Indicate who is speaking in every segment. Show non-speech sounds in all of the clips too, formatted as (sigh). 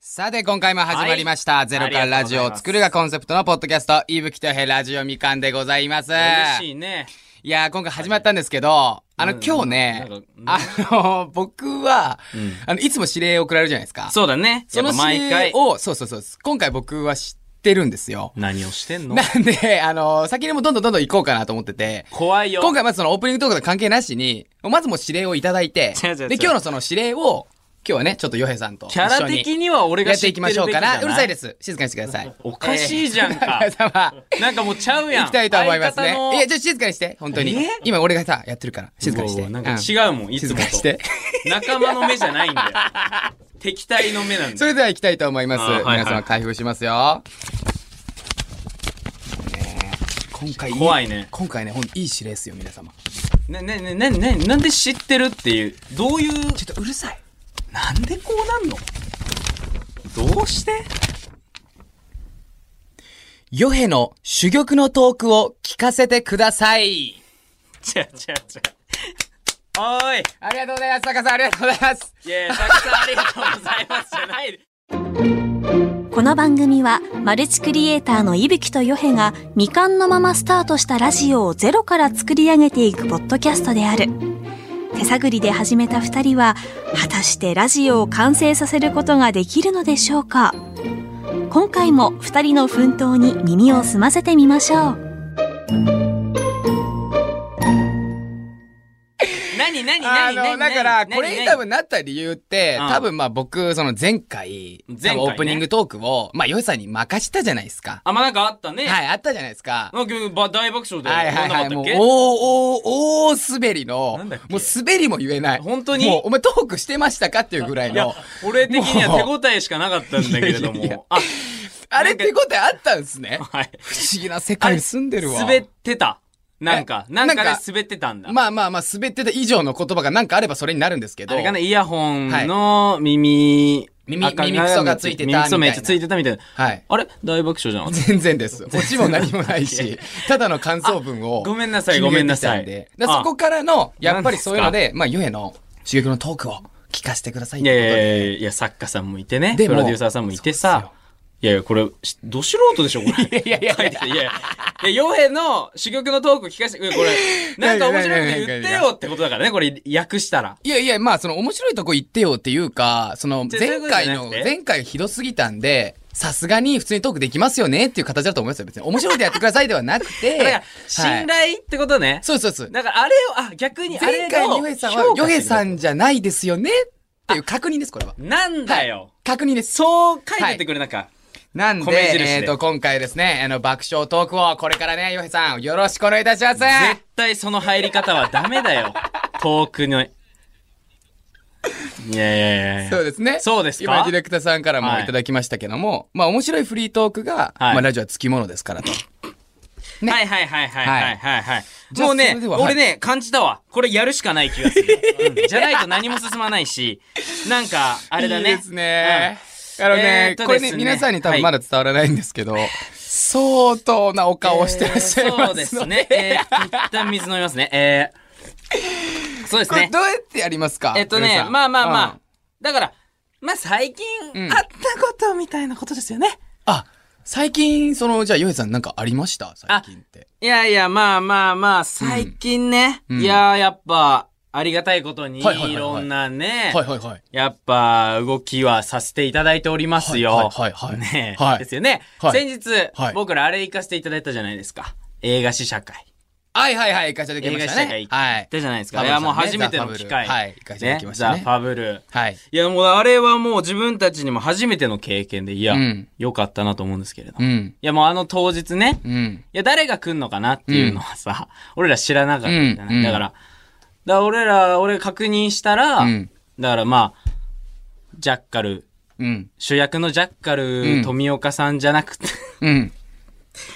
Speaker 1: さて、今回も始まりました。ゼロからラジオを作るがコンセプトのポッドキャスト、いぶきとへラジオみかんでございます。
Speaker 2: 嬉しいね。
Speaker 1: いやー、今回始まったんですけど、あの、
Speaker 2: うん
Speaker 1: 今日ね
Speaker 2: なんか、
Speaker 1: あの、僕は、あの、いつも指令を送られるじゃないですか。
Speaker 2: そうだね。
Speaker 1: その
Speaker 2: やっぱ毎
Speaker 1: 指令
Speaker 2: 回。
Speaker 1: を、そうそうそう。今回僕は知ってるんですよ。
Speaker 2: 何をしてんの
Speaker 1: なんで、あの、先にもどんどんどんどん行こうかなと思ってて、
Speaker 2: 怖いよ。
Speaker 1: 今回まずそのオープニングトークと関係なしに、まずもう指令をいただいて、
Speaker 2: 違う違う違う
Speaker 1: で、今日のその指令を、今日はね、ちょっとヨヘさんと一
Speaker 2: キャ
Speaker 1: 緒
Speaker 2: ラ
Speaker 1: に。
Speaker 2: 的には俺
Speaker 1: や
Speaker 2: が
Speaker 1: って
Speaker 2: 知
Speaker 1: い
Speaker 2: っ
Speaker 1: き
Speaker 2: て
Speaker 1: ま
Speaker 2: る
Speaker 1: しょう
Speaker 2: べき
Speaker 1: かな。うるさい
Speaker 2: で。
Speaker 1: です。静かにしてください。
Speaker 2: おかしいじゃ
Speaker 1: (laughs)
Speaker 2: んか
Speaker 1: えー皆様、
Speaker 2: なんかもうちゃうやん。
Speaker 1: 行きたいと思いますね。
Speaker 2: 相方の
Speaker 1: いや、ちょっと静かにして、本当に
Speaker 2: え。
Speaker 1: 今俺がさ、やってるから、静かにして。
Speaker 2: うわうわ
Speaker 1: う
Speaker 2: なん
Speaker 1: ん
Speaker 2: か違うもん、いつ
Speaker 1: 静
Speaker 2: も
Speaker 1: か
Speaker 2: と
Speaker 1: にして。
Speaker 2: 仲間の目じゃないんだ
Speaker 1: (laughs)
Speaker 2: よ。敵対の目な
Speaker 1: そ
Speaker 2: んだよ。
Speaker 1: れでは行きたいと思います。
Speaker 2: あーはいはい
Speaker 1: 皆様、開封しますよ。ねえ今回いい
Speaker 2: 怖いね
Speaker 1: 今回ね、ほんといい指令ですよ、皆様。
Speaker 2: ね、ね、ね、ね、ね、なんで知ってるっていう、どういう、
Speaker 1: ちょっとうるさい。
Speaker 2: なんでこうなんのどうして (laughs)
Speaker 1: ヨヘの珠玉のトークを聞かせてください。
Speaker 2: ちゃちゃちゃ。おーい。
Speaker 1: ありがとうございます。坂さん、ありがとうございます。
Speaker 2: いや、たくさんありがとうございますじゃないで。
Speaker 3: この番組はマルチクリエイターの伊吹とヨヘが未完のままスタートしたラジオをゼロから作り上げていくポッドキャストである手探りで始めた2人は果たしてラジオを完成させることができるのでしょうか今回も2人の奮闘に耳を澄ませてみましょう
Speaker 2: 何何
Speaker 1: あ
Speaker 2: 何
Speaker 1: の、
Speaker 2: 何
Speaker 1: だから、これに多分なった理由って、
Speaker 2: うん
Speaker 1: 多分まあ僕、その前回、多
Speaker 2: 前回ね
Speaker 1: 分オープニングトークを、まあヨヘさんに任したじゃないですか。
Speaker 2: あ、まあ、なんかあったね。
Speaker 1: はい、あったじゃないですか。
Speaker 2: なんかば大爆笑で。
Speaker 1: はいはいはい。
Speaker 2: こ
Speaker 1: も
Speaker 2: ん
Speaker 1: う、
Speaker 2: なのあったっ
Speaker 1: おーおー、おー滑りの
Speaker 2: なんだっ、け
Speaker 1: もう滑りも言えない。
Speaker 2: 本当に
Speaker 1: もう、お前トークしてましたかっていうぐらい
Speaker 2: けいや
Speaker 1: の。、
Speaker 2: 俺的には手応えしかなかったんだけれど
Speaker 1: いやいやいや
Speaker 2: も。あ、
Speaker 1: あれってことあったんですね。
Speaker 2: はい。
Speaker 1: 不思議な世界に住んでるわ。
Speaker 2: 滑ってた。なんか、
Speaker 1: え
Speaker 2: なんか
Speaker 1: なん
Speaker 2: で
Speaker 1: か
Speaker 2: 滑ってたんだ。
Speaker 1: まあまあまあ、滑ってた以上の言葉がなんかあればそれになるんですけど。
Speaker 2: あれかな、イヤホンの耳、
Speaker 1: 耳
Speaker 2: 赤
Speaker 1: 耳くそがついてたみたいな
Speaker 2: 耳くそめっちゃついてたみたいな。
Speaker 1: はい。
Speaker 2: あれ大爆笑じゃん。
Speaker 1: 全然
Speaker 2: (laughs)
Speaker 1: です。オチも何もないし、ただの感想文を。
Speaker 2: ごめんなさいごめんなさい
Speaker 1: 決めてきたんでだからそこからの、やっぱりそういうの
Speaker 2: な
Speaker 1: で、まあ、ゆえの、主役のトークを聞かせてくださいっ
Speaker 2: いやいやい
Speaker 1: て
Speaker 2: やいやいや、作家さんもいてね、プ
Speaker 1: でも
Speaker 2: ロデューサーさんもいてさ、いやいや、これ、しど素人でしょ、これ。
Speaker 1: (laughs) いやいやいや
Speaker 2: 書てきていやいや。いや、ヨヘの珠玉のトーク聞かせて、これ、なんか面白いこと言ってよってことだからね、これ、訳したら。
Speaker 1: いやいや、まあ、その面白いとこ言ってよっていうか、その
Speaker 2: じゃあ
Speaker 1: 前回
Speaker 2: そういう
Speaker 1: の、
Speaker 2: ことじゃなくて
Speaker 1: 前回ひどすぎたんで、さすがに普通にトークできますよねっていう形だと思いますよ。別に面白いことやってくださいではなくて。
Speaker 2: (laughs) だから、
Speaker 1: はい
Speaker 2: 信頼ってことね。
Speaker 1: そうですそうです。
Speaker 2: だから、あれを、あ、逆にあれ
Speaker 1: 前回のヨヘさんは、ヨヘさ
Speaker 2: ん。
Speaker 1: んじゃないですよねっていう確認です、これは。
Speaker 2: なんだよ。
Speaker 1: 確認です。
Speaker 2: そう書いててくれなんか。
Speaker 1: なんで、
Speaker 2: 米印で
Speaker 1: えっ、と、今回ですね、あの、爆笑トークを、これからね、ヨヘさん、よろしくお願いいたします。
Speaker 2: 絶対その入り方はダメ
Speaker 1: (laughs)
Speaker 2: だよ。トークの。いやいやいやいや。
Speaker 1: そうですね。
Speaker 2: そうですか
Speaker 1: 今、ディレクターさんからも
Speaker 2: はい
Speaker 1: いただきましたけども、まあ、面白いフリートークが、
Speaker 2: はい
Speaker 1: まあ、ラジオは付き物ですからと。ね
Speaker 2: はいはいはいはいはいはいはい。
Speaker 1: じゃあ
Speaker 2: もうね
Speaker 1: それ、でははい
Speaker 2: 俺ね、感じたわ。これやるしかない気がする。うんじゃないと何も進まないし、なんか、 (laughs) あれだね。
Speaker 1: いいですね。あのね
Speaker 2: え、ーと
Speaker 1: これ
Speaker 2: で
Speaker 1: ね、
Speaker 2: すね
Speaker 1: 皆さんに多分まだ伝わらないんですけど、相当なお顔をしてらっしゃい
Speaker 2: えー
Speaker 1: ますので。
Speaker 2: そうですね。えー、一旦水飲みますね。えー、そうです
Speaker 1: (laughs) これ
Speaker 2: ね
Speaker 1: ど。うやってやりますか
Speaker 2: えっと
Speaker 1: ヨヘ
Speaker 2: ね
Speaker 1: さ、ん
Speaker 2: まあまあま
Speaker 1: う
Speaker 2: あ
Speaker 1: ん。
Speaker 2: だから、まあ最近
Speaker 1: うん
Speaker 2: あったことみたいなことですよね。
Speaker 1: あ、最近、その、じゃあ、ヨヘさんなんかありました最近って。
Speaker 2: いやいや、まあまあまあ、最近ね。
Speaker 1: うんうん
Speaker 2: いやー、やっぱ、ありがたいことに、
Speaker 1: はいはいはいはい
Speaker 2: いろんなね、
Speaker 1: はいはいはい。
Speaker 2: やっぱ、動きはさせていただいておりますよ。
Speaker 1: はいはいはいはい
Speaker 2: ねえ
Speaker 1: はい
Speaker 2: ですよね。
Speaker 1: はい
Speaker 2: 先日、
Speaker 1: はい
Speaker 2: 僕らあれ行かせていただいたじゃないですか。映画試写会。
Speaker 1: はいはいはい、行かせていただき
Speaker 2: 映
Speaker 1: まし
Speaker 2: 画試
Speaker 1: た
Speaker 2: 写会
Speaker 1: ね
Speaker 2: 行。
Speaker 1: は
Speaker 2: っ
Speaker 1: い。
Speaker 2: たじゃないですか。
Speaker 1: はいい
Speaker 2: や、もう初めての機会。
Speaker 1: ザファブルはい行かせていただきましたね
Speaker 2: ザ・ファブル。
Speaker 1: はい。
Speaker 2: いや、もうあれはもう自分たちにも初めての経験で、いや、
Speaker 1: うん
Speaker 2: 良かったなと思うんですけれど。
Speaker 1: う
Speaker 2: い
Speaker 1: ん。
Speaker 2: や、もうあの当日ね、
Speaker 1: うん。
Speaker 2: いや、誰が来んのかなっていうのはさ、俺ら知らなかったじゃない、
Speaker 1: うん
Speaker 2: だから、だから俺ら、俺確認したら、
Speaker 1: うん
Speaker 2: だからまあ、ジャッカル、
Speaker 1: うん。
Speaker 2: 主役のジャッカ
Speaker 1: うん
Speaker 2: ル、富岡さんじゃなくて、
Speaker 1: うん。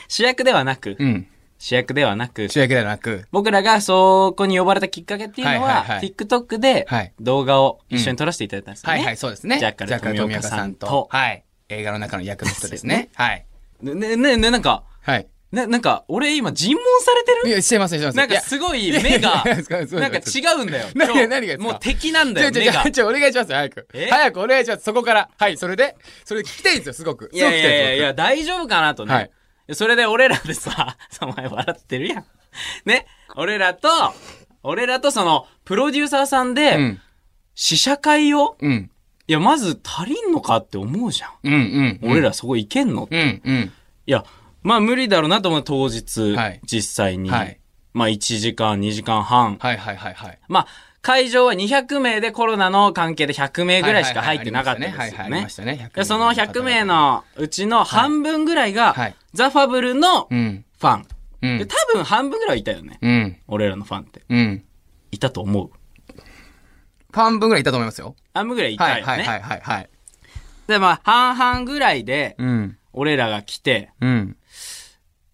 Speaker 2: 主役ではなく、
Speaker 1: うん。
Speaker 2: 主役ではなく、
Speaker 1: 主役ではなく、
Speaker 2: 僕らがそこに呼ばれたきっかけっていうのは、
Speaker 1: はいはいはい
Speaker 2: TikTok で
Speaker 1: はい
Speaker 2: 動画を一緒に撮らせていただいたんですよ
Speaker 1: は
Speaker 2: ね。
Speaker 1: いはい、そうですね。
Speaker 2: ジャッカル富岡さんと
Speaker 1: はい。映画の中の役の人ですね。はい。
Speaker 2: ね、ね、ね、なんか、
Speaker 1: はい。
Speaker 2: な、なんか、俺今尋問されて
Speaker 1: い
Speaker 2: る
Speaker 1: や、してません、してません。
Speaker 2: なん
Speaker 1: い
Speaker 2: か
Speaker 1: や
Speaker 2: すごい目が、
Speaker 1: いやいやそうそう
Speaker 2: なんか違うんだよ。
Speaker 1: 何が
Speaker 2: 今
Speaker 1: 何
Speaker 2: 日
Speaker 1: がですか
Speaker 2: もう敵なんだよ、
Speaker 1: ちょち
Speaker 2: 目
Speaker 1: ょ
Speaker 2: が
Speaker 1: ちょ。ちょお願いしますよ早く
Speaker 2: え
Speaker 1: 早くお願いしますそこからはいそれでそれ聞きたいんですよすごく
Speaker 2: いやいやいやい
Speaker 1: すごく聞きた
Speaker 2: や、大丈夫かなとね。
Speaker 1: はい
Speaker 2: それで俺らでさ、 (laughs) お前笑ってるやん。ね。俺らと、俺らとその、プロデューサーさんで、
Speaker 1: いです
Speaker 2: 試写会を、
Speaker 1: うんうん
Speaker 2: いや、まず足りんのかって思うじゃん。
Speaker 1: うんうんうん
Speaker 2: 俺らそこ行けんの、
Speaker 1: う
Speaker 2: い
Speaker 1: んうん
Speaker 2: や、まあ無理だろうなと思う当日、
Speaker 1: はい
Speaker 2: 実際に。
Speaker 1: はい
Speaker 2: まあ1時間、2時間半。
Speaker 1: はいはいはいはい
Speaker 2: まあ、会場は200名でコロナの関係で100名ぐらいしか入ってなかった
Speaker 1: ね
Speaker 2: ですよ
Speaker 1: は
Speaker 2: ね。
Speaker 1: いはいありましたね
Speaker 2: でその100名のうちの半分ぐらいが、
Speaker 1: はい
Speaker 2: ザ・ファブルのフ
Speaker 1: うん
Speaker 2: ァン。
Speaker 1: う
Speaker 2: で
Speaker 1: ん
Speaker 2: 多分半分ぐらいいたよね。
Speaker 1: うん
Speaker 2: 俺らのファンって。
Speaker 1: うん
Speaker 2: いたと思う。
Speaker 1: 半分ぐらいいたと思いますよ
Speaker 2: 半分ぐらいいたよ
Speaker 1: は
Speaker 2: ね。
Speaker 1: いはいはいはいはい
Speaker 2: で、まあ、半々ぐらいで、
Speaker 1: うん
Speaker 2: 俺らが来て、
Speaker 1: うん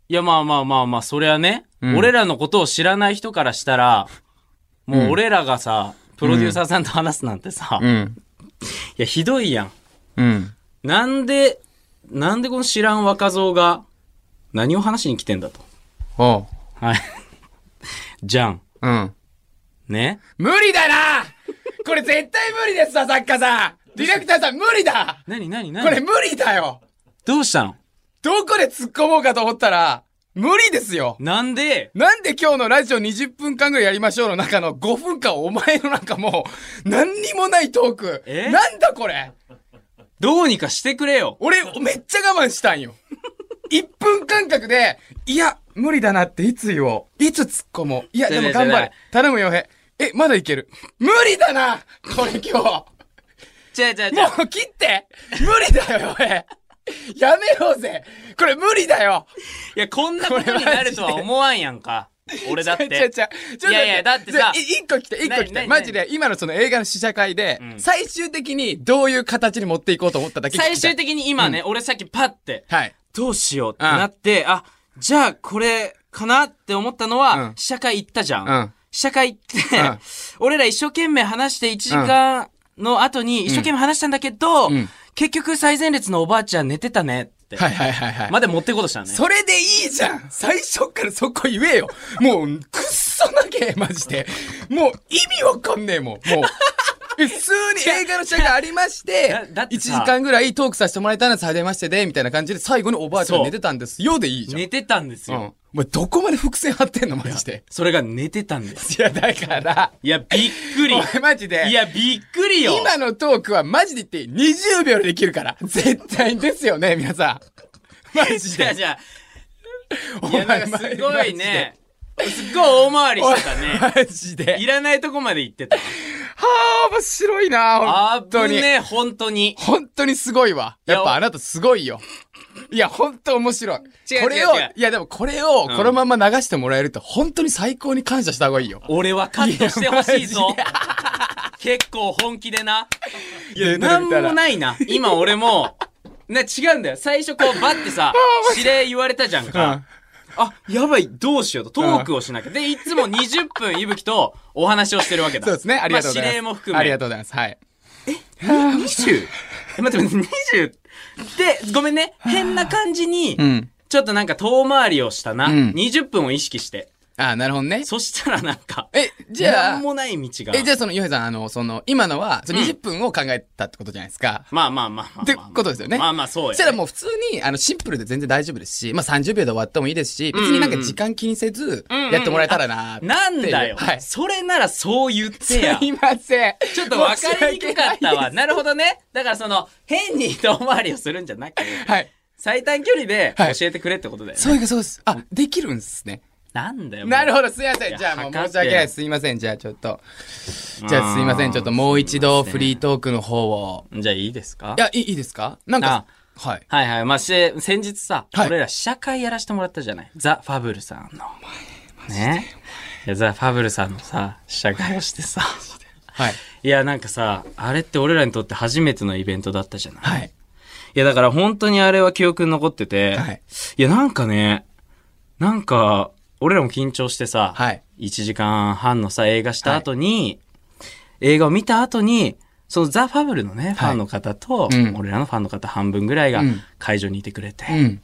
Speaker 2: いや、まあまあまあまあ、それはね、
Speaker 1: うん
Speaker 2: 俺らのことを知らない人からしたら、もう俺らがさ、プロデューサーさんと話すなんてさ、
Speaker 1: う
Speaker 2: い
Speaker 1: ん
Speaker 2: や、ひどいやん。
Speaker 1: うん
Speaker 2: なんで、なんでこの知らん若造が、何を話しに来てんだと。
Speaker 1: おう
Speaker 2: はい。 (laughs) じゃん。
Speaker 1: うん
Speaker 2: ね。
Speaker 1: 無理だなこれ絶対無理ですわ作家さんディレクターさん無理だ
Speaker 2: なになにな
Speaker 1: これ
Speaker 2: に
Speaker 1: 無理だよ
Speaker 2: どうしたの
Speaker 1: どこで突っ込もうかと思ったら、無理ですよ。
Speaker 2: なんで、
Speaker 1: なんで今日のラジオ20分間ぐらいやりましょうの中の5分間お前のなんかもう、何にもないトーク。
Speaker 2: え
Speaker 1: なんだこれ
Speaker 2: どうにかしてくれよ。
Speaker 1: 俺、めっちゃ我慢したんよ。1分間隔で、いや、無理だなっていつ言おう。いつ突っ込もう。いや、でも頑張れ。頼むよ、へ。え、まだいける。無理だなこれ今日。
Speaker 2: じゃじゃじゃ
Speaker 1: もう切って無理だよ、へ。やめようぜ。これ無理だよ。
Speaker 2: いや、こんなことになるとは思わんやんか。俺だっ
Speaker 1: 違う
Speaker 2: て。
Speaker 1: 違うちょっと待って
Speaker 2: いやいやだってさ
Speaker 1: い一個来て、一個来て。
Speaker 2: 何何
Speaker 1: マジで、今のその映画の試写会で、
Speaker 2: ん
Speaker 1: 最終的にどういう形に持っていこうと思っただけ聞きたい
Speaker 2: 最終的に今ね、俺さっきパッて、
Speaker 1: はい。
Speaker 2: どうしようってなって、あ、じゃあこれかなって思ったのは、
Speaker 1: うん
Speaker 2: 試写会行ったじゃん。
Speaker 1: うん
Speaker 2: 試写会行って、
Speaker 1: うん
Speaker 2: 俺ら一生懸命話して1時間の後に一生懸命話したんだけど、
Speaker 1: うん
Speaker 2: 結局最前列のおばあちゃん寝てたねって。
Speaker 1: はいはいはいはい。
Speaker 2: まで持ってこうとしたのね。
Speaker 1: それでいいじゃん最初からそこ言えよもう、くっそだけ、マジで。もう、意味わかんねえもん。も
Speaker 2: (laughs)
Speaker 1: う。普通に映画の試写がありまして
Speaker 2: だだっ、
Speaker 1: 1
Speaker 2: て
Speaker 1: 時
Speaker 2: さ
Speaker 1: 間ぐらいトークさせてもらえたんです、はじめましてで、みたいな感じで、最後におばあちゃん
Speaker 2: そう
Speaker 1: 寝てたんですよでいいじゃん。
Speaker 2: 寝てたんです
Speaker 1: う
Speaker 2: よ。
Speaker 1: ん。お前、どこまで伏線張ってんの、マジで。
Speaker 2: それが寝てたんです。
Speaker 1: いや、だから、
Speaker 2: いや、びっくり。
Speaker 1: お前マジで
Speaker 2: いや、びっくりよ。
Speaker 1: 今のトークはマジで言って20秒でできるから。絶対ですよね、皆さん。マジ
Speaker 2: じゃあ
Speaker 1: で。
Speaker 2: じゃ
Speaker 1: お
Speaker 2: あ、いや、なんかすごいね。すっごい大回り
Speaker 1: マ
Speaker 2: し
Speaker 1: ジ
Speaker 2: て
Speaker 1: で。お
Speaker 2: たね
Speaker 1: い。マジで
Speaker 2: い。らないとこまで行ってた。
Speaker 1: はあ、面白いな、
Speaker 2: あ
Speaker 1: 本当
Speaker 2: ぶ
Speaker 1: に。
Speaker 2: ねえ、本当に。
Speaker 1: 本当にすごいわ。
Speaker 2: いや
Speaker 1: やっぱあなたすごいよ。いや、本当面白い。
Speaker 2: 違う
Speaker 1: これを、
Speaker 2: 違う違う
Speaker 1: いやでもこれを
Speaker 2: うん
Speaker 1: このまま流してもらえると本当に最高に感謝した方がいいよ。
Speaker 2: 俺はカットしてほしいぞ。結構本気
Speaker 1: (laughs)
Speaker 2: でな。いや、なんも
Speaker 1: い。
Speaker 2: ないな。今俺も、ね、違うんだよ。最初こう、バッ
Speaker 1: (laughs)
Speaker 2: てさ、指令言われたじゃん
Speaker 1: うん。
Speaker 2: か。あ、やばい、どうしようと。トークをしなきゃ。で、いつも20分、いぶきとお話をしてるわけだ。
Speaker 1: そうですね。ありがとうございます。
Speaker 2: あ指令も含め。
Speaker 1: ありがとうございます。はい。
Speaker 2: 20? え、待って待って、20? で、ごめんね。変な感じに、
Speaker 1: うん。
Speaker 2: ちょっとなんか遠回りをしたな。
Speaker 1: うん
Speaker 2: 20分を意識して。
Speaker 1: ああ、なるほどね。
Speaker 2: そしたらなんか、
Speaker 1: え、じゃ
Speaker 2: な
Speaker 1: あ
Speaker 2: ん、もない道が。
Speaker 1: え、じゃあその、ヨヘさん、あの、その、今のは、その
Speaker 2: うん
Speaker 1: 20分を考えたってことじゃないですか。
Speaker 2: まあまあまあまあまあ。
Speaker 1: ってことですよね
Speaker 2: まあまあそうや、
Speaker 1: そしたらもう普通に、あの、シンプルで全然大丈夫ですし、まあ30秒で終わってもいいですし、別になんか時間気にせず、やってもらえたらなっていう
Speaker 2: なんだよ、
Speaker 1: はい。す
Speaker 2: それならそう言ってや。
Speaker 1: いません。
Speaker 2: ちょっと分かりにくかったわ。なるほどね。だからその、変に遠回りをするんじゃなくて、
Speaker 1: はい。
Speaker 2: 最短距離で
Speaker 1: はい
Speaker 2: 教えてくれってことだよね。
Speaker 1: そういうかそうです。あ、できるんですね。
Speaker 2: なんだよ。
Speaker 1: なる
Speaker 2: ほ
Speaker 1: ほど、すいませ
Speaker 2: い
Speaker 1: ん。
Speaker 2: や
Speaker 1: じゃあもう
Speaker 2: 測
Speaker 1: 申
Speaker 2: っ
Speaker 1: して訳ないです。すいません。じゃあちょっと。
Speaker 2: ど
Speaker 1: じゃあすいません。ちょっともう一度フリー
Speaker 2: ー
Speaker 1: トークの方を。
Speaker 2: ト。じゃあいいですか
Speaker 1: いや、いいいいですかなんか、はい。
Speaker 2: はいはい。まあ、し先日さ、
Speaker 1: はい
Speaker 2: 俺ら試写会やらせてもらったじゃない。ザ・ファブルさんの。ね。いやザ・ファブルさんのさ、試写会をし
Speaker 1: (laughs)
Speaker 2: てさ。
Speaker 1: はい。
Speaker 2: いや、なんかさ、あれって俺らにとって初めてのイベントだったじゃない。
Speaker 1: はい。
Speaker 2: いや、だから本当にあれは記憶に残ってて、
Speaker 1: はい、
Speaker 2: や、なんかね、なんか、俺らも緊張してさ、
Speaker 1: はい
Speaker 2: 1時間半のさ、映画した後に、映画を見た後に、そのザ・ファブルのね、ファンの方と、
Speaker 1: うん
Speaker 2: 俺らのファンの方半分ぐらいが
Speaker 1: うん
Speaker 2: 会場にいてくれて、
Speaker 1: うん。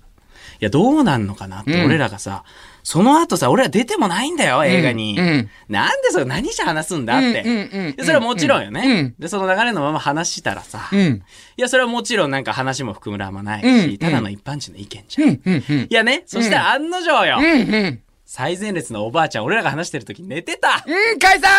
Speaker 2: や、どうなんのかなって、
Speaker 1: うん
Speaker 2: 俺らがさ、その後さ、俺ら出てもないんだよ、映画に。
Speaker 1: うん
Speaker 2: なんでそれ何じゃ話すんだって。
Speaker 1: うんうんうん
Speaker 2: でそれはもちろんよね、
Speaker 1: うん
Speaker 2: で、その流れのまま話したらさ、
Speaker 1: う
Speaker 2: い
Speaker 1: ん。
Speaker 2: や、それはもちろんなんか話も含むらまない
Speaker 1: う
Speaker 2: し、
Speaker 1: んうん
Speaker 2: ただの一般人の意見じゃん。
Speaker 1: う
Speaker 2: い
Speaker 1: ん。うん。うん。
Speaker 2: やね、そしたら案の定よ、
Speaker 1: うん。うん。
Speaker 2: 最前列のおばあちゃん、俺らが話してる時寝てた、
Speaker 1: うん、解散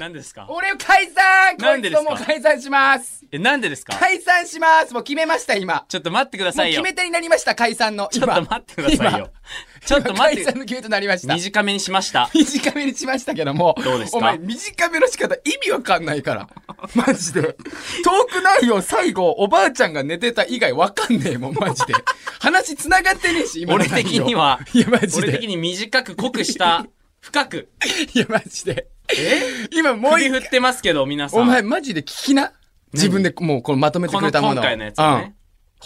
Speaker 2: なんでですか
Speaker 1: 俺を解散
Speaker 2: なんでですか
Speaker 1: こいつともう解散します
Speaker 2: え、なんでですか
Speaker 1: 解散しますもう決めました、今。
Speaker 2: ちょっと待ってくだ
Speaker 1: もう
Speaker 2: さい
Speaker 1: 決
Speaker 2: よ。
Speaker 1: め手になりました、解散の。
Speaker 2: ちょっと待ってくださいよ。ちょっと待っ
Speaker 1: 解散
Speaker 2: て、
Speaker 1: の決め手となりました。
Speaker 2: 短めにしました。
Speaker 1: 短めにしましたけども。
Speaker 2: どうですか
Speaker 1: お前、短めの仕方意味わかんないから。 (laughs) マジで。トーク内容最後、おばあちゃんが寝てた以外わかんねえもん、マジで。話繋がってねえし、今の
Speaker 2: 俺
Speaker 1: 内容
Speaker 2: 的には、
Speaker 1: いや、マジ
Speaker 2: 俺
Speaker 1: で
Speaker 2: 的。に短く濃
Speaker 1: (laughs)
Speaker 2: くした、深く、
Speaker 1: いや、マジで。今もう
Speaker 2: 首
Speaker 1: 一
Speaker 2: 振ってますけど、皆さん。
Speaker 1: お前、マジで聞きな。自分でもうこのまとめて
Speaker 2: こ
Speaker 1: く
Speaker 2: の
Speaker 1: れたも
Speaker 2: 今
Speaker 1: のを。
Speaker 2: 回のやつはね。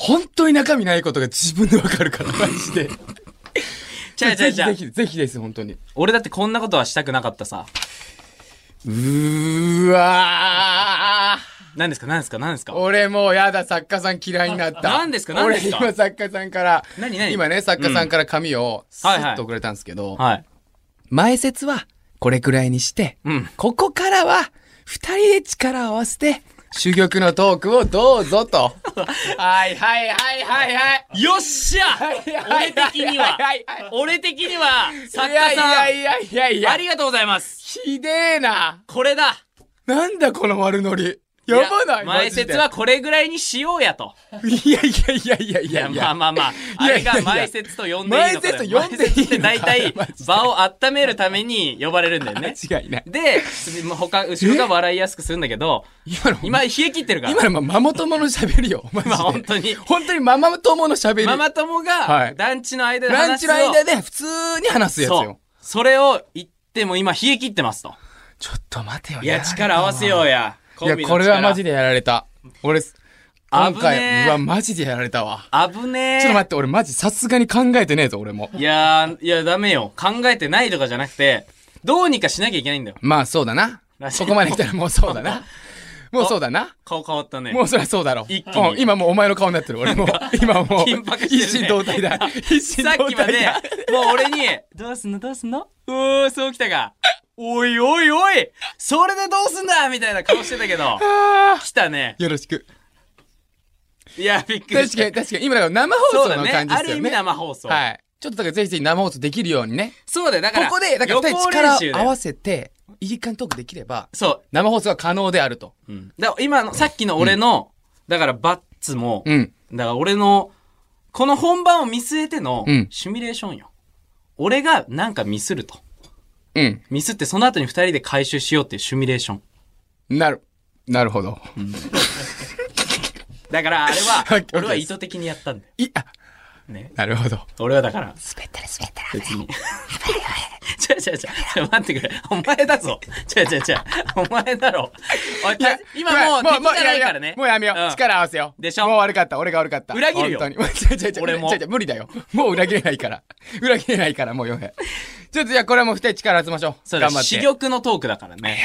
Speaker 1: うん。本当に中身ないことが自分でわかる
Speaker 2: (laughs)
Speaker 1: から、マジで。
Speaker 2: ちゃうちゃうちゃ
Speaker 1: ぜ
Speaker 2: う
Speaker 1: ひ。ぜひ、ぜひです、本当に。
Speaker 2: 俺だってこんなことはしたくなかったさ。
Speaker 1: うーわー。
Speaker 2: 何ですか何ですか何ですか
Speaker 1: 俺もうやだ、作家さん嫌いになった。
Speaker 2: 何ですか何ですか
Speaker 1: 俺今作家さんから、
Speaker 2: 何何
Speaker 1: 今ね、作家さんから紙をス
Speaker 2: はいはい
Speaker 1: ッとくれたんですけど、
Speaker 2: はい。
Speaker 1: 前説はこれくらいにして、
Speaker 2: うん
Speaker 1: ここからは二人で力を合わせて、珠玉のトークをどうぞ
Speaker 2: (laughs)
Speaker 1: と。はいはいはいはいはい。
Speaker 2: よっしゃ俺的には、俺的には、作家さ
Speaker 1: いやいやいやいやい
Speaker 2: ん、
Speaker 1: や
Speaker 2: ありがとうございます。
Speaker 1: ひでえな
Speaker 2: これだ
Speaker 1: なんだこの悪ノリやばない
Speaker 2: や前説はこれぐらいにしようやと。
Speaker 1: マジでいやいやいやいやい
Speaker 2: い
Speaker 1: や
Speaker 2: や、
Speaker 1: い
Speaker 2: まあ
Speaker 1: や
Speaker 2: まあまあ、
Speaker 1: い
Speaker 2: あ
Speaker 1: や
Speaker 2: れ
Speaker 1: いや
Speaker 2: が前説と呼んでいいのかだよ
Speaker 1: 前説と呼んでいいのか
Speaker 2: 前説って大体
Speaker 1: マジで
Speaker 2: 場を温めるために呼ばれるんだ
Speaker 1: (laughs)
Speaker 2: よね。
Speaker 1: 間違いない
Speaker 2: で、他、後ろが笑いやすくするんだけど、
Speaker 1: 今の
Speaker 2: 今冷え切ってるから。
Speaker 1: 今のまママ友の喋りよマジで
Speaker 2: まあ本当に
Speaker 1: 本当にママ友の喋り
Speaker 2: ママ友
Speaker 1: は
Speaker 2: が
Speaker 1: い、
Speaker 2: 団地の間で
Speaker 1: ラン
Speaker 2: 話
Speaker 1: チ
Speaker 2: す
Speaker 1: の
Speaker 2: を、
Speaker 1: 間で普通に話すやつ
Speaker 2: そう
Speaker 1: よ。
Speaker 2: それを言っても今冷え切ってますと。
Speaker 1: ちょっと待てよ
Speaker 2: いや、力合わせようや。
Speaker 1: いやこれはマジでやられた俺今回うわマジでやられたわ
Speaker 2: わ。危ねえ。
Speaker 1: ちょっと待って俺マジさすがに考えてねえぞ俺も
Speaker 2: いやー、いや、ダメよ。考えてないとかじゃなくて、どうにかしなきゃいけないんだよ。
Speaker 1: まあそうだな
Speaker 2: ラジオ
Speaker 1: ここまで来たらもうそうだ
Speaker 2: (laughs)
Speaker 1: なもうそうだな
Speaker 2: 顔変わったね。
Speaker 1: もうそりゃそうだろう。
Speaker 2: 一気に
Speaker 1: うん今もうお前の顔になってる。俺もう、今もう、
Speaker 2: 緊迫してるね
Speaker 1: 一心同体だ。一心
Speaker 2: (laughs) さっ
Speaker 1: 同
Speaker 2: きま
Speaker 1: 体
Speaker 2: で
Speaker 1: だ。、
Speaker 2: もう俺に、どうすんのどうすんのうー、そうきたか。おいおいおいそれでどうすんだみたいな顔してたけ (laughs) ど、来たね。
Speaker 1: よろしく。
Speaker 2: いや、びっくり
Speaker 1: 確
Speaker 2: し
Speaker 1: か
Speaker 2: た
Speaker 1: に、。確かに、今だから生放
Speaker 2: そう
Speaker 1: 送
Speaker 2: だ
Speaker 1: の
Speaker 2: ね。
Speaker 1: 感じで
Speaker 2: あ
Speaker 1: す
Speaker 2: る
Speaker 1: よ
Speaker 2: 意
Speaker 1: ね。
Speaker 2: 味生放送。
Speaker 1: はい。ちょっとだからぜひぜひ生放送できるようにね。
Speaker 2: そうだよ。だ
Speaker 1: こ
Speaker 2: から、
Speaker 1: こで、だから二人
Speaker 2: 予行練習
Speaker 1: 力
Speaker 2: だ
Speaker 1: 合
Speaker 2: よ
Speaker 1: わせて、いい感トークできれば、
Speaker 2: そ
Speaker 1: 生放送が可能であると。
Speaker 2: う。うん。だから今の、さっきの俺の、だからバッツも、
Speaker 1: うん。
Speaker 2: だから俺の、この本番を見据えての
Speaker 1: うん、
Speaker 2: シミュレーションよ。俺がなんかミスると。
Speaker 1: うん。
Speaker 2: ミスってその後に二人で回収しようっていうシミュレーション。
Speaker 1: なる。なるほど。
Speaker 2: だからあれ
Speaker 1: は
Speaker 2: (laughs)
Speaker 1: い
Speaker 2: は
Speaker 1: OK、
Speaker 2: 俺は意図的にやったんだよ。
Speaker 1: い、あ、
Speaker 2: ね。
Speaker 1: なるほど。
Speaker 2: 俺はだから、
Speaker 3: 滑ったら滑ったら。
Speaker 2: 別に。ちゃちゃちゃ、待ってくれ。お前だぞ。ちゃちゃちゃ、お前だろ。おい
Speaker 1: いや
Speaker 2: 今もう
Speaker 1: まあ
Speaker 2: 敵じゃないから
Speaker 1: も
Speaker 2: ね。
Speaker 1: うやめよう。もうやめよう。
Speaker 2: ん
Speaker 1: 力合わせよう。
Speaker 2: でしょ
Speaker 1: もう悪かった。俺が悪かった。
Speaker 2: 裏切るよ
Speaker 1: 本当に。 (laughs) ちょいちょいちょい
Speaker 2: 俺も
Speaker 1: ちょいちょい無理だよ。もう裏切れないから。 (laughs) 裏切れないから、もう読め。ちょっとじゃあこれはもう二人力集めましょう。
Speaker 2: そうだ、
Speaker 1: 頑張って
Speaker 2: 私。玉のトークだからね。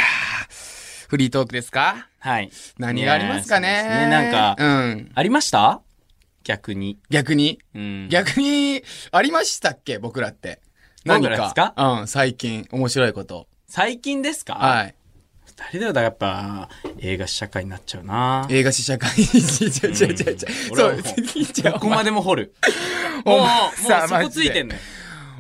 Speaker 1: フリートークですか
Speaker 2: はい。
Speaker 1: 何がありますかね
Speaker 2: いやーそうですねなんか、
Speaker 1: うん。
Speaker 2: ありました逆に。
Speaker 1: 逆に、
Speaker 2: うん。
Speaker 1: 逆に、ありましたっけ僕らって。何
Speaker 2: 僕らで
Speaker 1: か
Speaker 2: すか
Speaker 1: うん、最近、面白いこと。
Speaker 2: 最近ですかい。
Speaker 1: はい。
Speaker 2: 二人ではだからやっぱ、映画試写会になっちゃうな。
Speaker 1: 映画試写会に、ちょいちょいちょいちょい。
Speaker 2: 俺
Speaker 1: そ
Speaker 2: は
Speaker 1: う
Speaker 2: もう、
Speaker 1: じゃ
Speaker 2: ここまでも掘る。もう、
Speaker 1: お
Speaker 2: もう
Speaker 1: 前さ
Speaker 2: そこついてんね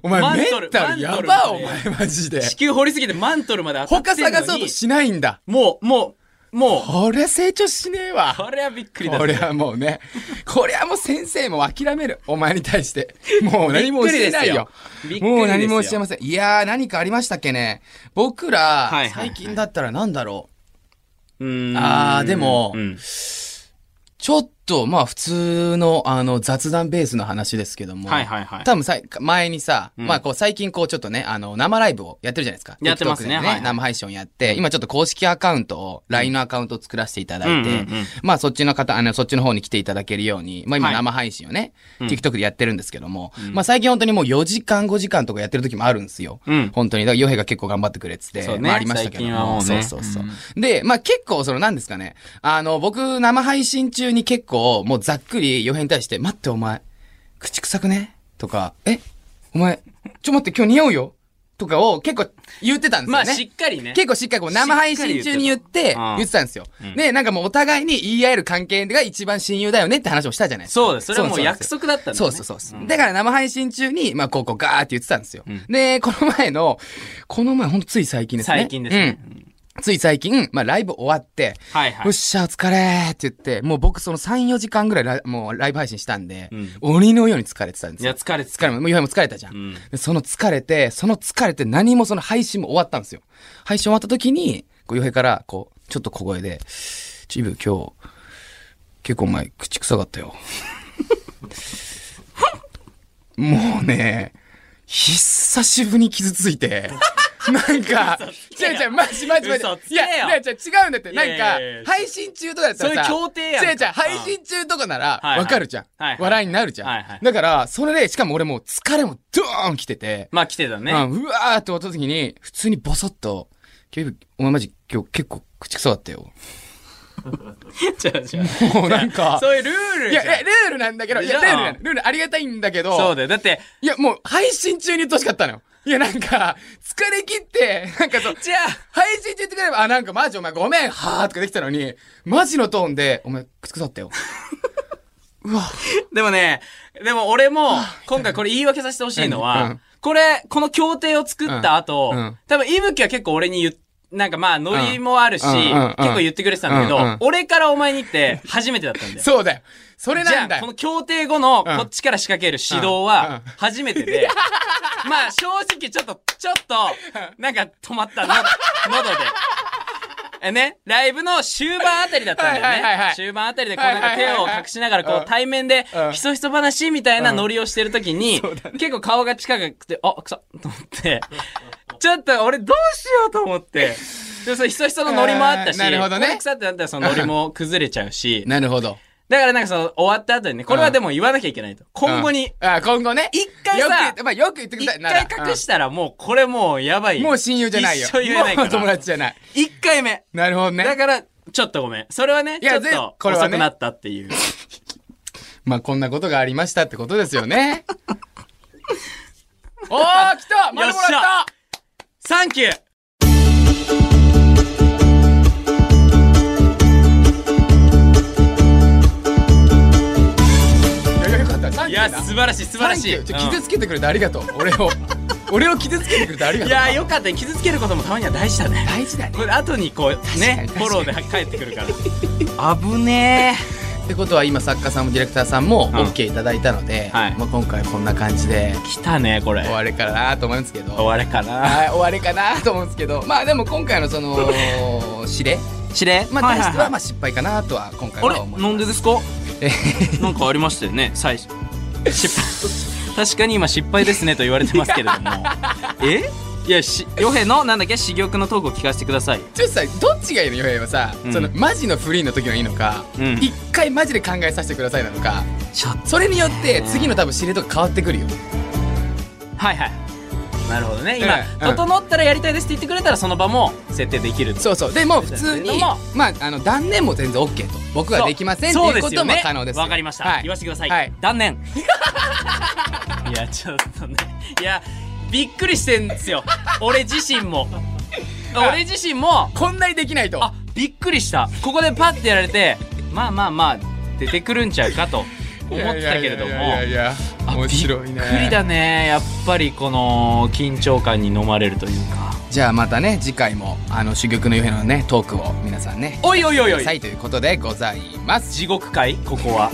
Speaker 1: お前、
Speaker 2: マン
Speaker 1: メ
Speaker 2: トル
Speaker 1: ンタル
Speaker 2: マ
Speaker 1: や
Speaker 2: ントル
Speaker 1: ば、お
Speaker 2: みたいな
Speaker 1: 前、マジで。
Speaker 2: 地球掘りすぎてマントルまで当
Speaker 1: 他
Speaker 2: たってんのに。
Speaker 1: 探そうとしないんだ。
Speaker 2: もう、もう、もう、
Speaker 1: こりゃ成長しねえわ。
Speaker 2: これはびっくりだ
Speaker 1: こ
Speaker 2: ぜ
Speaker 1: れはもうね、これはもう先生も諦める。お前に対して。もう何も教えないよ。
Speaker 2: びっくりですよ
Speaker 1: もう何も教えません。いやー、何かありましたっけね。僕ら、
Speaker 2: はいはいはい
Speaker 1: 最近だったらなんだろう。
Speaker 2: うーん
Speaker 1: あーでも
Speaker 2: うん
Speaker 1: ちょっと、まあ普通の、あの、雑談ベースの話ですけども。
Speaker 2: はいはいはい。
Speaker 1: 多分さい、前にさ、
Speaker 2: うん
Speaker 1: まあこう最近こうちょっとね、あの、生ライブをやってるじゃないですか。
Speaker 2: やってます
Speaker 1: TikTok
Speaker 2: ね
Speaker 1: で
Speaker 2: はいはい
Speaker 1: 生配信をやって、今ちょっと公式アカウントを、LINE のアカウントを作らせていただいて、
Speaker 2: うんうんうん
Speaker 1: まあそっちの方、あの、そっちの方に来ていただけるように、まあ今
Speaker 2: はい
Speaker 1: 生配信をね、
Speaker 2: うん
Speaker 1: TikTok でやってるんですけども、まあ最近本当にもう4時間5時間とかやってる時もあるんですよ。
Speaker 2: うん
Speaker 1: 本当に。だから、ヨヘが結構頑張ってくれてて、
Speaker 2: そうね
Speaker 1: まあありましたけども。
Speaker 2: 最近はもうね
Speaker 1: そうそうそう。で、まあ結構その何ですかね、あの、僕生配信中に結構もうざっくりヨヘに対して、待ってお前、口臭くねとか、えお前、ちょ待って、今日似合うよとかを結構言ってたんですよね。
Speaker 2: まあ、しっかりね。
Speaker 1: 結構しっかりこう生配信中に言って、
Speaker 2: うん
Speaker 1: 言ってたんですよ。
Speaker 2: ん
Speaker 1: で、なんかもうお互いに言い合える関係が一番親友だよねって話をしたじゃないですか。
Speaker 2: そうです。それはもう約束だったんだ、ね。
Speaker 1: そうそうそうそう。
Speaker 2: ん
Speaker 1: だから生配信中に、まあ、こうこうガーって言ってたんですよ。
Speaker 2: ん
Speaker 1: で、この前の、この前ほんとつい最近ですね。
Speaker 2: 最近ですね。
Speaker 1: う
Speaker 2: うんん
Speaker 1: つい最近、まあ、ライブ終わって、
Speaker 2: はいはい
Speaker 1: よっしゃ、お疲れって言って、もう僕その3、4時間ぐらいライもうライブ配信したんで、
Speaker 2: うん
Speaker 1: 鬼のように疲れてたんで
Speaker 2: い
Speaker 1: す
Speaker 2: や、
Speaker 1: よ。
Speaker 2: 疲れて
Speaker 1: 疲れ
Speaker 2: て
Speaker 1: も、もう、ヨヘも疲れたじゃん。
Speaker 2: うん
Speaker 1: でその疲れて、その疲れて何もその配信も終わったんですよ。配信終わった時に、こう、ヨヘから、こう、ちょっと小声で、チブ今日、結構お前、口臭かったよ。 (laughs) もうね、久しぶりに傷つい
Speaker 2: (laughs)
Speaker 1: て、なんか、違う違う、マジマジマジ
Speaker 2: 嘘つ。け
Speaker 1: い
Speaker 2: よ
Speaker 1: や、いや違う違うんだって、
Speaker 2: い
Speaker 1: な
Speaker 2: や
Speaker 1: ん
Speaker 2: いやいや
Speaker 1: か、配信中とかだったらさ、
Speaker 2: そういう協定やんか
Speaker 1: 違う違う、配信中とかなら、
Speaker 2: はいはい
Speaker 1: わかるじゃん
Speaker 2: はいは。い
Speaker 1: 笑いになるじ
Speaker 2: はい
Speaker 1: ゃ
Speaker 2: は
Speaker 1: ん
Speaker 2: い。
Speaker 1: だから、それで、しかも俺もう疲れもドーン来てて、
Speaker 2: まあ、来てたね。
Speaker 1: うん、うわーって思った時に、普通にボソッと、ケビ、お前マジ今日結構口臭かったよ。
Speaker 2: (laughs) じゃあじゃあ
Speaker 1: もうなんか、
Speaker 2: (laughs) そういうルール
Speaker 1: い
Speaker 2: じ
Speaker 1: や、
Speaker 2: ゃん
Speaker 1: いやルールなんだけど、いや、ル
Speaker 2: じ
Speaker 1: ー
Speaker 2: ゃ
Speaker 1: ル
Speaker 2: あ
Speaker 1: なんルールありがたいんだけど、
Speaker 2: そうだよ。だって、
Speaker 1: いや、もう配信中に言ってほしかったのよ。いや、なんか、疲れ切って、なんかそう、
Speaker 2: じゃあ、
Speaker 1: 配信中言ってくれれば、あ、なんかマジお前ごめん、はーとかできたのに、マジのトーンで、お前、口臭ったよ。うわ、
Speaker 2: (laughs) でもね、でも俺も、今回これ言い訳させてほしいの
Speaker 1: うんう
Speaker 2: は
Speaker 1: ん、
Speaker 2: これ、この協定を作った後
Speaker 1: うんうん、
Speaker 2: 多分、いぶきは結構俺に言っなんかまあ、ノリもあるし、
Speaker 1: うんうんうん
Speaker 2: 結構言ってくれてたんだけ
Speaker 1: うんうん
Speaker 2: ど、俺からお前にって初めてだったんだよ。
Speaker 1: そうだよ。それ
Speaker 2: じ
Speaker 1: な
Speaker 2: ゃ
Speaker 1: んだ
Speaker 2: あ、
Speaker 1: よ
Speaker 2: この。協定後の、こ
Speaker 1: うん
Speaker 2: っちから仕掛ける指導
Speaker 1: うんうん
Speaker 2: は、初めて
Speaker 1: (laughs)
Speaker 2: で、まあ、正直、ちょっと、ちょっと、なんか、止まったの、喉で。えね、ライブの終盤あたりだったんだよね。
Speaker 1: はいはいはいはい
Speaker 2: 終盤あたりで、こう、なんか
Speaker 1: はいはい
Speaker 2: 手
Speaker 1: はい
Speaker 2: を
Speaker 1: はい
Speaker 2: 隠しながら、
Speaker 1: う
Speaker 2: こ
Speaker 1: ん
Speaker 2: う、対面で
Speaker 1: うん、
Speaker 2: ひそひそ話みたいなノリをしてるときに、結構顔が近くて、あ、くそ、と思って、ちょっと、俺、どうしようと思って、でもそのひそひそのノリもあった
Speaker 1: (laughs)
Speaker 2: し、
Speaker 1: あーなるほどね
Speaker 2: これ臭ってなったら、そのノリも崩れちゃうし、
Speaker 1: なるほど。
Speaker 2: だからなんかその終わった後にね、これはでも言わなきゃいけないと。今後に、
Speaker 1: うん。あ、今後ね。
Speaker 2: 一回
Speaker 1: よ
Speaker 2: さ
Speaker 1: く言って、まあ、よく言ってく
Speaker 2: 一
Speaker 1: ださい。
Speaker 2: 回
Speaker 1: なら
Speaker 2: 隠したらもうこれもうやばいよ。
Speaker 1: もう親友じゃないよ。
Speaker 2: 一生言えないか
Speaker 1: もう
Speaker 2: ら。
Speaker 1: 友達じゃない。
Speaker 2: 一回目。
Speaker 1: なるほどね
Speaker 2: だ。から、ちょっとごめん。それはね、
Speaker 1: い
Speaker 2: ちょ
Speaker 1: や
Speaker 2: っ
Speaker 1: ぜ
Speaker 2: と
Speaker 1: これはね
Speaker 2: 遅くなったっていう。
Speaker 1: まあ、こんなことがありましたってことですよ
Speaker 2: (laughs)
Speaker 1: ね。おー、来たまだもらっ
Speaker 2: よったサンキュー
Speaker 1: いや、よかった。サンキ
Speaker 2: い
Speaker 1: ュー
Speaker 2: や、
Speaker 1: な
Speaker 2: 素晴らしい、素晴らしい。
Speaker 1: サンキューち
Speaker 2: う
Speaker 1: ょ
Speaker 2: ん
Speaker 1: 傷つけてくれてありがとう。俺を。俺を傷つけてくれてありが
Speaker 2: い
Speaker 1: とう。
Speaker 2: や、よかったね。傷つけることもたまには大事だね。
Speaker 1: 大事だね。
Speaker 2: これ後にこう、ね、
Speaker 1: 確か
Speaker 2: フ
Speaker 1: に
Speaker 2: ォローで帰ってくるから。危ね
Speaker 1: ってことは今作家さんもディレクターさんも
Speaker 2: ん
Speaker 1: OK いただいたので、
Speaker 2: はい
Speaker 1: まあ、今回こんな感じで
Speaker 2: え。来たね、これ
Speaker 1: 終。わりかなと思うんですけど。
Speaker 2: 終われかな。
Speaker 1: はい、終わりかなと思うんですけど、まあでも今回のその、
Speaker 2: (laughs)
Speaker 1: 指令、
Speaker 2: 知れ
Speaker 1: まあ対してはまあ失敗かなとは今回
Speaker 2: あ
Speaker 1: は
Speaker 2: れ
Speaker 1: 思います。
Speaker 2: なんでですか
Speaker 1: え (laughs)
Speaker 2: なんかありましたよね最初失敗 (laughs) 確かに今失敗ですねと言われてますけれども (laughs) えいやしヨヘのなんだっけ珠玉のトークを聞かせてください
Speaker 1: ちょっとさ、どっちがいいのよ、ヨヘイはさ、
Speaker 2: うん
Speaker 1: そのマジのフリーの時がいいのか、
Speaker 2: うん
Speaker 1: 一回マジで考えさせてくださいなのか、
Speaker 2: ちょっと
Speaker 1: それによって次の多分指令とか変わってくるよ。
Speaker 2: はいはいなるほどね
Speaker 1: ええ
Speaker 2: 今、
Speaker 1: うん
Speaker 2: 整ったらやりたいですって言ってくれたらその場も設定できると
Speaker 1: そうそう。でもう普通に
Speaker 2: でも、
Speaker 1: まああの断念も全然 OK と、僕はできませんって
Speaker 2: そう
Speaker 1: いうことも
Speaker 2: そうすよね
Speaker 1: 可能ですよ。
Speaker 2: わかりました、
Speaker 1: はい
Speaker 2: 言わせてください、
Speaker 1: はい
Speaker 2: 断念 (laughs) いやちょっとねいやびっくりしてんですよ俺自身 (laughs) も俺自身も
Speaker 1: こんなにできないと。
Speaker 2: あびっくりしたここでパッてやられてまあまあまあ出てくるんちゃうかと思ってたけれども
Speaker 1: いやいやいやいや
Speaker 2: あ
Speaker 1: 面白いね。
Speaker 2: びっくりだねやっぱりこの緊張感に飲まれるというか
Speaker 1: じゃあまたね次回もあの珠玉の夢のねトークを皆さんね
Speaker 2: おいおいおいお
Speaker 1: くださ
Speaker 2: い
Speaker 1: いということでございます
Speaker 2: 地獄界ここは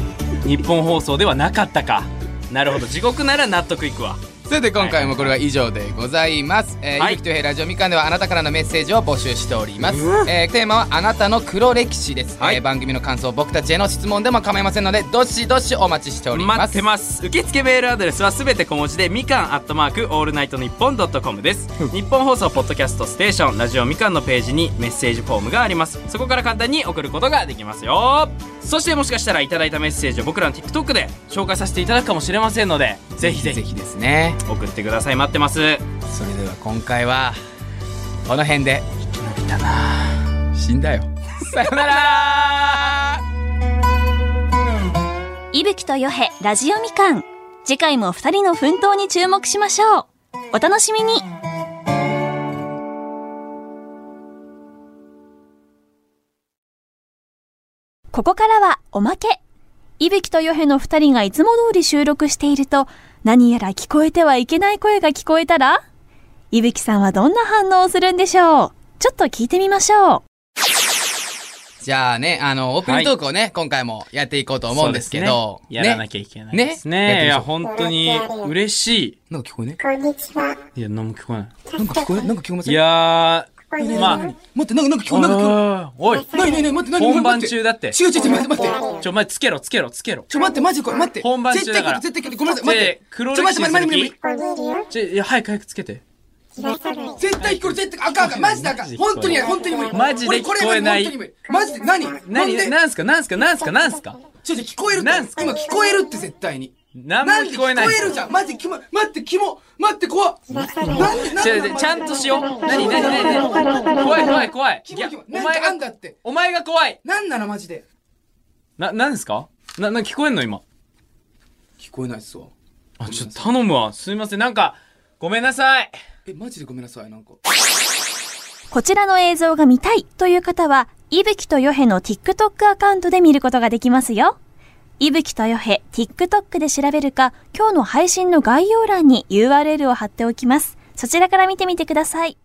Speaker 2: 日本放送ではなかったかなるほど地獄なら納得いくわ
Speaker 1: さて今回もこれは以上でございます、えー
Speaker 2: はい
Speaker 1: ゆきとへいラジオみかんではあなたからのメッセージを募集しております、えーテーマはあなたの黒歴史です、
Speaker 2: はい
Speaker 1: えー番組の感想僕たちへの質問でも構いませんのでどしどしお待ちしております
Speaker 2: 待ってます受付メールアドレスはすべて小文字でみかんアットマークオールナイトニッポンドットコムです日本放送ポッドキャストステーションラジオみかんのページにメッセージフォームがありますそこから簡単に送ることができますよそしてもしかしたらいただいたメッセージを僕らの TikTok で紹介させていただくかもしれませんのでぜひぜ
Speaker 1: ぜ
Speaker 2: ひ
Speaker 1: ひですね
Speaker 2: 送ってください待ってます
Speaker 1: それでは今回はこの辺で生き延びたな死んだよさよなら
Speaker 3: いぶきとよへラジオみかん。次回も2人の奮闘に注目しましょうお楽しみにここからはおまけいぶきとよへの2人がいつも通り収録していると何やら聞こえてはいけない声が聞こえたらいぶきさんはどんな反応をするんでしょうちょっと聞いてみましょう
Speaker 1: じゃあね、あの、オープニングトークをね、今回もやっていこうと思うんですけど。
Speaker 2: そうですねやらな
Speaker 1: き
Speaker 2: きゃいけないですね。
Speaker 1: ね
Speaker 2: いや、本当に嬉し
Speaker 1: ゃ。なんか聞こえね
Speaker 4: こんにちは。
Speaker 2: い。いや、何も聞こえ
Speaker 1: な
Speaker 2: な
Speaker 1: んか聞こえなんか聞こえま
Speaker 2: い。
Speaker 1: せん
Speaker 2: いや
Speaker 4: こんにち
Speaker 2: ー、ま
Speaker 4: は。
Speaker 1: 待って、なんか、なんか聞
Speaker 2: あ、
Speaker 1: こえなんか聞こ
Speaker 2: あーおい
Speaker 1: え、なになに待って、なに
Speaker 2: 本番中だって。
Speaker 1: 違う違う違う、待って待って。
Speaker 2: ちょ、お前つけろ、つけろ、つけろ。
Speaker 1: ちょ、待って、マジこれ、待って。
Speaker 2: 本番中だから
Speaker 1: 絶対来る、絶対来る。ごめんなさい、待っ
Speaker 2: で
Speaker 1: て、。
Speaker 2: 黒
Speaker 1: ちょ、
Speaker 2: 歴
Speaker 1: 待っ
Speaker 2: 史
Speaker 1: て、待って、待っ
Speaker 2: 続
Speaker 1: て、待っ
Speaker 2: き
Speaker 1: て。
Speaker 4: おにぎりよ。
Speaker 2: ちょ、いや、早く早くつけて。
Speaker 4: ひらさぶり。
Speaker 1: 絶対聞こえる、絶対、あかんあかん、マジだかん。本当にやる、本当に無理。
Speaker 2: マジで
Speaker 1: 俺これ
Speaker 2: 聞こえない
Speaker 1: 無理本当に無理マジで、何
Speaker 2: 何
Speaker 1: なんで
Speaker 2: なんすかなんすかなんすかなんすか
Speaker 1: ちょ、ちょ、聞こえるって
Speaker 2: なんすか
Speaker 1: 今聞こえるって絶対に。
Speaker 2: 何も聞こえない
Speaker 1: んで聞こえるじゃん。マジ、きも、待って、キモ、待って、怖っ。なんで、なん
Speaker 2: ちょ
Speaker 1: で
Speaker 2: ちょ、ちゃんとしよう。何何何何怖い怖い怖い。
Speaker 1: キ
Speaker 2: い
Speaker 1: モ
Speaker 2: や
Speaker 1: キモ、、
Speaker 2: お
Speaker 1: なん
Speaker 2: 前
Speaker 1: かあんだ
Speaker 2: が、
Speaker 1: って。
Speaker 2: お前が怖い。
Speaker 1: なんなの、マジで。
Speaker 2: な、何ですかな、な、聞こえんの今。
Speaker 1: 聞こえないっすわ。
Speaker 2: あ、ちょ、頼むわ。すいません。なんか、ごめんなさい。
Speaker 1: え、マジでごめんなさい、なんか。
Speaker 3: こちらの映像が見たいという方は、いぶきとよへの TikTok アカウントで見ることができますよ。いぶきとよへ TikTok で調べるか、今日の配信の概要欄に URL を貼っておきます。そちらから見てみてください。